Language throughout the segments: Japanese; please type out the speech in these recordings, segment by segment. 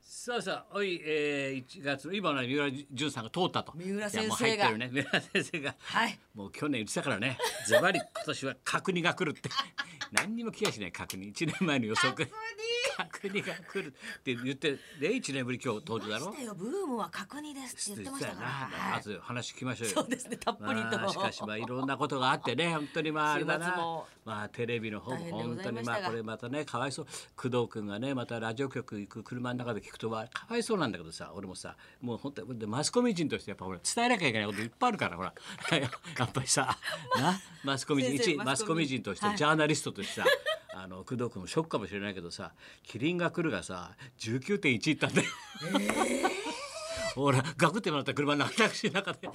さあさあ、おい、えー、1月の今のは三浦淳さんが通ったと。三浦いやもう先生が入ってるね。三浦先生が。はい。もう去年言ってたからね。ズバリ今年は角煮が来る って。何にも気がしない角煮。1年前の予測。角煮が来るって言って、で、1年ぶり今日登場だまろした。よブームは確認ですって言ってましたから。はあいと話聞きましょうよ。そうですねたっぷりとまあしかしまあいろんなことがあって ね、本当にまああれだ週な末も。まあテレビの方大も変でご本ざ当いまにしたまがあこれまたねかわいそう。工藤君がねまたラジオ局行く車の中で聞くとはかわいそうなんだけどさ、俺もさもう本当にでマスコミ人としてやっぱほら伝えなきゃいけないこといっぱいあるからほら やっぱりさ なマスコミ人先生一マスコミ人としてはいジャーナリストとしてさ。あの工藤君もショックかもしれないけどさ「キリンが来る」がさ19.1いったんだよ。ほら、ガクってもらった車の中タクシーの中で。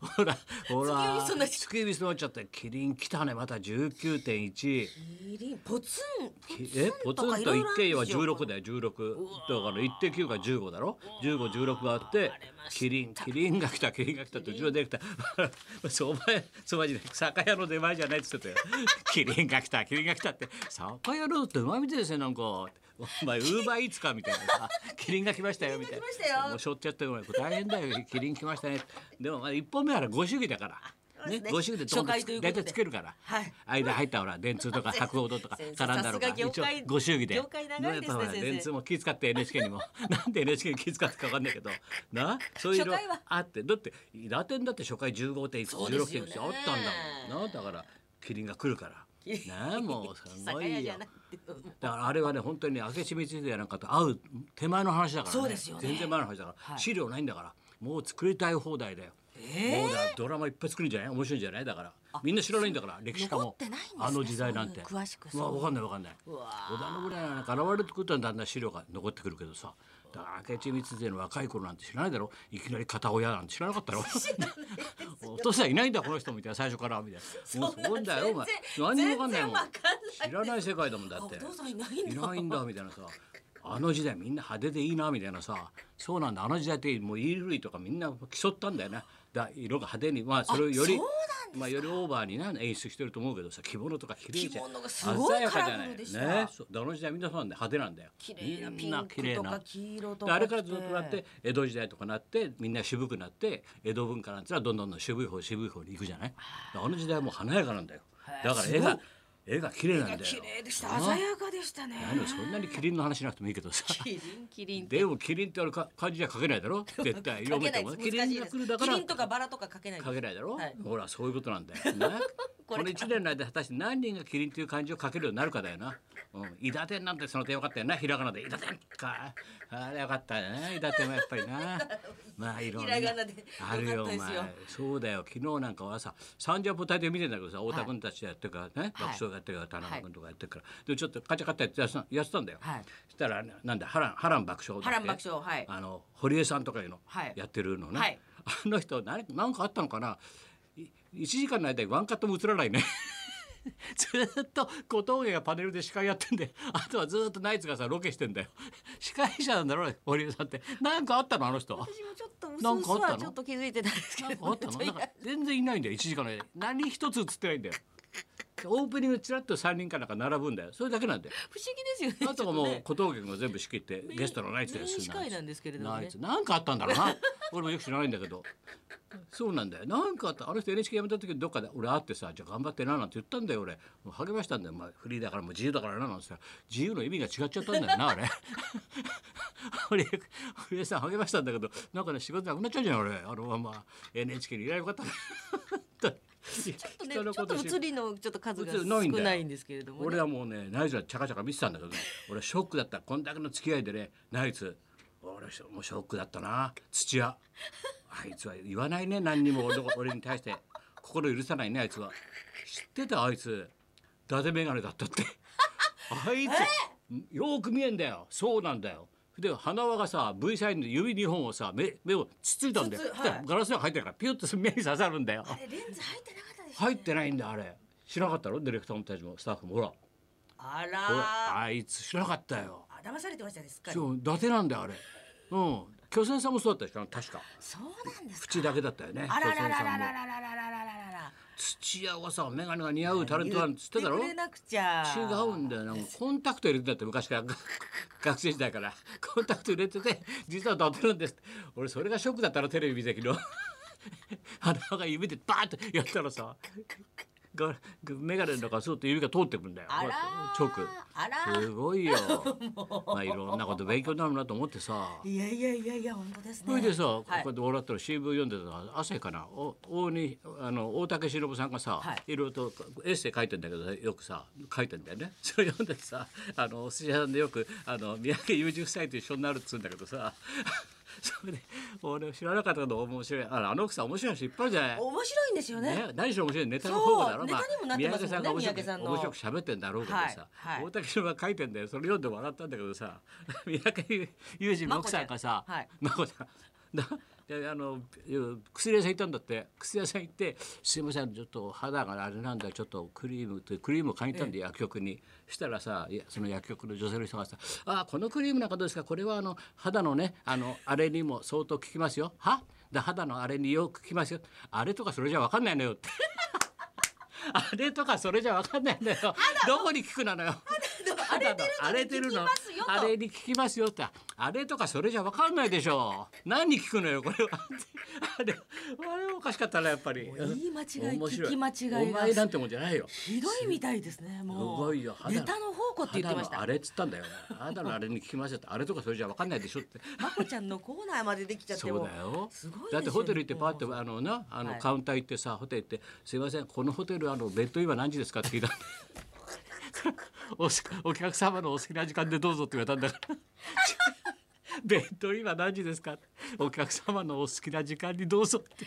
ほら、ほら。突き指すんだ突き指すになっちゃって、キリン来たね、また19.1。キリンポツンえ、ポポツツンとかンいろとい一ろ定あるんですよは16だよ、16。だから1.9が15だろ。15、16があって、キリン、キリンが来た、キリンが来た、途中で来た。 そば屋、そばじゃない、酒屋の出前じゃないって言ってたよ。 キリンが来た、キリンが来たって、酒屋のってうまみですよ、なんか。お前、ウーバーイーツかみたいな さ。キリンが来ましたよ、みたいなキリンが来ましたよ。もうしょっちゃってごめん大変だよキリン来ましたねでもまあ一本目はご主義だから。そうでねす、ねご主義でどんどん初回つという大ことで体つけるから、はい間入ったほら電通とか先生博報堂とか先生絡んだろうかさすが業界ご主義で業界長いですねやっぱほら先生電通も気使って NHK にも なんで NHK に気使ってかわかんないけどなそういうの初回はあってだってラテンだって初回15点いくつそうです16よね点あったんだもんなだからキリンが来 るから。なあもうすご酒屋いじよゃなくてだからあれはね本当に明智光秀やなんかと会う手前の話だから、ね、そうですよね全然前の話だから、はい資料ないんだからもう作りたい放題だよ、もうだドラマいっぱい作るんじゃない面白いんじゃないだからみんな知らないんだから歴史家残もってないんですねあの時代なんてそういう詳しくそうまあ分かんない分かんない織田信長なんか現れてくるとだんだん資料が残ってくるけどさだから明智光秀の若い頃なんて知らないだろいきなり片親なんて知らなかったろお父さんいないんだこの人みたいな最初からみたいなもうそうだよお前何にも分かんないもん全然わかんない知らない世界だもんだあっおて父さんいないんだいないんだみたいなさあの時代みんな派手でいいなみたいなさそうなんだあの時代ってもう衣類とかみんな競ったんだよねだ色が派手にまあそれをよりあそうまあよりオーバーにな演出してると思うけどさ着物とか綺麗じゃん着物がすごい鮮やかじゃなカラフルでしたねそうあの時代みんなそうなんだよ派手なんだよ綺麗なみんな綺麗なピンクとか黄色とでかあれからずっとなって江戸時代とかなってみんな渋くなって江戸文化なんてのはどんどんどん渋い方渋い方に行くじゃないあの時代はもう華やかなんだよだから絵が絵が綺麗なんだよ綺麗でした鮮やかでしたね何をそんなにキリンの話しなくてもいいけどさキリンキリンでもキリンってあれか漢字じゃ書けないだ ろ絶対書読めけなていでもすキ難しリンいでがす来るだかキらリンとかバラとか書けないです書けないだろ、はいほらそういうことなんだよなこ これの1年の間で果たして何人がキリンという漢字を書けるようになるかだよなうん伊達天なんてその点よかったよなひらがなで伊達天かあれよかったよな伊達天はやっぱり なまあいろんなひらがなであるよよおかっ前たですよそうだよ昨日なんかはさサンジャポ大抵見てんだけどさ太田君たちでやってるからね、はい爆笑がやってるから田中君とかやってるから、でちょっとカチャカチャやってやってたやってたんだよ、はいそしたらなんだ波乱波乱爆笑だっけ波乱爆笑はいあの堀江さんとかいうのはいやってるのね、はいあの人何何かあったのかない一時間の間にワンカットも映らないね ずっと小峠がパネルで司会やってんであとはずっとナイツがさロケしてんだよ司会者なんだろうね堀江さんって何かあったのあの人私もちょっとなんかあ薄っ々たのはちょっと気づいてたんですけどなんかあったの なんか全然いないんだよ1時間の間に何一つ映ってないんだよオープニングちらっと3人かなんか並ぶんだよそれだけなんだ よ不思議ですよねあとはもう小峠君が全部仕切ってゲストのナイツですメイン司会なんですけれどもねナイツなんかあったんだろう な俺もよく知らないんだけどそうなんだよなんかあったあの人 NHK 辞めた時どっかで俺会ってさじゃあ頑張ってななんて言ったんだよ俺もう励ましたんだよ、まあ、フリーだからもう自由だからななんてさ自由の意味が違っちゃったんだ よなあれ俺俺さん励ましたんだけどなんかね仕事なくなっちゃうんじゃない俺あのまま NHK にいらればよかったなちょっ ちょっとねちょっと映りのちょっと数が映るないんだよ少ないんですけれどもね俺はもうねナイツはチャカチャカ見てたんだけどね俺ショックだったこんだけの付き合いでねナイツ俺もうショックだったな土屋あいつは言わないね何にも俺の俺に対して心許さないねあいつは知ってたあいつ伊達眼鏡だったってあいつよーく見えんだよそうなんだよで花輪がさ V サインで指2本をさ目目をつっついたんだよ、そつつはいしたらガラスが入ってるからピュッと目に刺さるんだよあれレンズ入ってなかったです入ってないんだあれ知らなかったろディレクターたちもスタッフもほらあほららあいつ知らなかったよ。あ騙されてましたですかりそう伊達なんだよあれ。うん。巨船さんもそうだったでしょ確か。そうなんですか口だけだったよね。あら巨らら船らさらんもららららららら土屋はさ眼鏡が似合うタレントなんつってたろ言てくれなくちゃ違うんだよなもうコンタクト入れてんだって昔から 学生時代からコンタクト入れてて実は立てるんです俺それがショックだったのテレビ見て昨日 鼻が指でバーッとやったら さが眼鏡の中スーッと指が通ってくんだよあらチョークあらすご いよまあいろんなこと勉強になるなと思ってさいやいやいやいや本当ですねそれでさ、こうはやいって笑ったら CV 読んでたら汗かなお大にあの大竹しのぶさんがさ、、はいろいろとエッセイ書いてんだけどよくさ書いてんだよね それ読んでさあのお寿司屋さんでよくあの三宅裕十夫妻と一緒になるっつうんだけどさ それで俺知らなかったけど面白いあのあの奥さん面白い人いっぱいあるじゃない。面白いんですよねね、何しろ面白いネタの方だろそうネタにもなってますもんねが面白三宅さんくの面白く喋ってんだろうけどさ、はいはい大竹さんが書いてんだよそれ読んで笑ったんだけどさ 三宅裕二の奥さんがさまこちゃんはいまこちゃん なであの薬屋さん行ったんだって薬屋さん行って「すいませんちょっと肌があれなんだちょっとクリームとクリームを買いに行ったんで薬局に」したらさいやその薬局の女性の人がさ「あーこのクリームなんかどうですかこれはあの肌のねあのあれにも相当効きますよ」はで肌のあれによく効きますよあれとかそれじゃ分かんないのよってあれとかそれじゃ分かんないのよどこに効くなのよ肌の荒れてるのあれに効きますよってあれとかそれじゃ分かんないでしょ何に効くのよこれはあれあれおかしかったなやっぱりう言い間違い面白聞き間違いがお前なんてもんじゃないよひどいみたいですねもうすごいよ肌ネタの宝庫って言ってまし肌のあたれっつったんだよ肌のあれに効きますよってあれとかそれじゃ分かんないでしょってまこちゃんのコーナーまでできちゃってそうもだよすごいですよねだってホテル行ってパッとあのなあはのいカウンター行ってさ、ホテル行って「すいませんこのホテルあのベッド今何時ですか?」って聞いたん でおしお客様のお好きな時間でどうぞ」って言われたんだ から「ベッド今何時ですか?」お客様のお好きな時間にどうぞ」って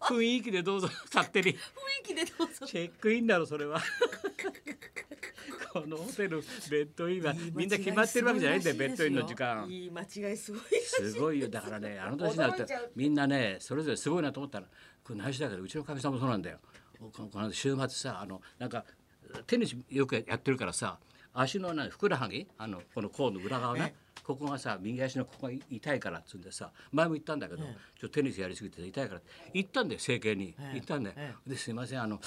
雰囲気でどうぞ勝手に。雰囲気でどうぞチェックインだろそれ は。このホテルベッドインはみんな決まってるわけじゃないんだよベッドインの時間。言い間違いすごいすごいよだからねあの年になって驚いちゃうみんなねそれぞれすごいなと思ったらこれ内緒だけどうちのかみさんもそうなんだよこのこの週末さあのなんかテニスよくやってるからさ足のなふくらはぎあのこの甲の裏側ねここがさ右足のここが痛いからっつうんでさ前も言ったんだけど、ちょっとテニスやりすぎて痛いから行ったんだよ整形に、行ったんだよ、ですいませんあのこ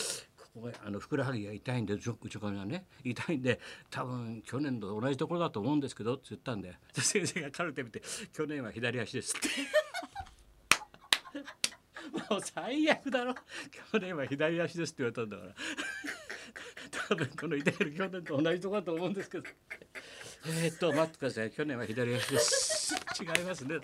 こがあのふくらはぎが痛いんでうちのうちのかみさんね痛いんで多分去年と同じところだと思うんですけどって言ったんでで先生がカルテ見て「去年は左足です」って。もう最悪だろ去年は左足ですって言われたんだから多分この痛いの去年と同じところだと思うんですけどえーっと待ってください去年は左足です違いますね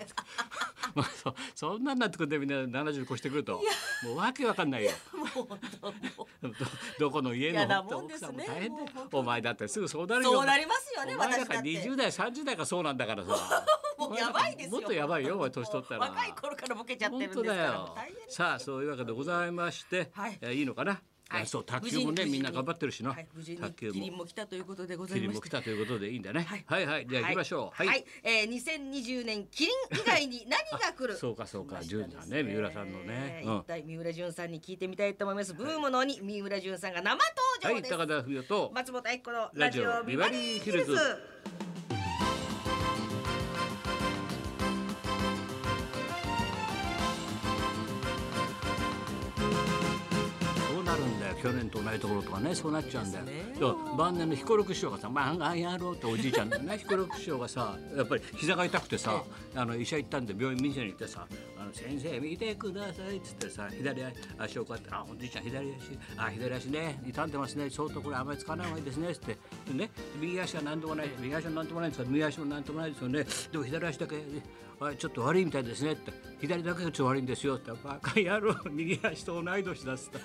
もうそそんなんなってくるんでみんな70越してくるともうわけわかんないよもう本当もうどどこの家の嫌だ本当もんですね奥さんも大変だよもう本当お前だってすぐそうなるよそうなりますよねお前だ私かだらって20代30代がそうなんだからさもうやばいですよもっとやばいよお前年取ったらもう若い頃からボケちゃってるん本で当すかだらもうよ大変ですさあそういうわけでございまして、はいえいいのかな、はいあそう卓球も無事ねにみんな頑張ってるしな、はい無事に卓球キリンもも来たということでござキいリンまも来してたということでいいんだねはいはいはいじゃあ行きましょうはい、はいえー、2020年キリン以外に何が来 るそうかそうか来ました淳さんね三浦さんのねうん一体三浦淳さんに聞いてみたいと思います、ブームの鬼三浦淳さんが生は登場いです、高田冬と松本明子のララジジオオビビババリリーーヒヒルルズズ。そうなるんだよ去年と同じところとかねそうなっちゃうんだよですね。そう晩年の彦六師匠がさ「漫画やろう」っておじいちゃんの ね彦六師匠がさやっぱり膝が痛くてさあの医者行ったんで病院見せに行ってさ「あの先生見てください」っつってさ左足をこうやって「あおじいちゃん左足あ左足ね痛んでますね相当これあんまり使わない方がいいですね」っつってでね右足は何ともない右足は何ともないんですから右足も何ともないですよねでも左足だけあちょっと悪いみたいですねって左だけがちょっと悪いんですよって「バカ野郎右足と同い年だ」っつって。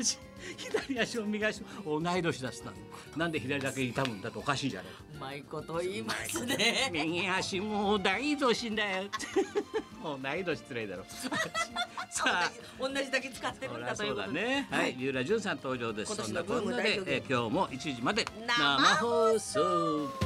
足 左足も右足も同い年だっつったのなんで左だけ痛むんだっておかしいじゃねうまいこと言いま すねえ右足も同い年だよ 同い年失 礼だろさあ同じだけ使ってるんだとそいううこだとでねはい三浦淳さん登場です今そん年なのこんなブーム代で表え曲今日も1時まで生生放放送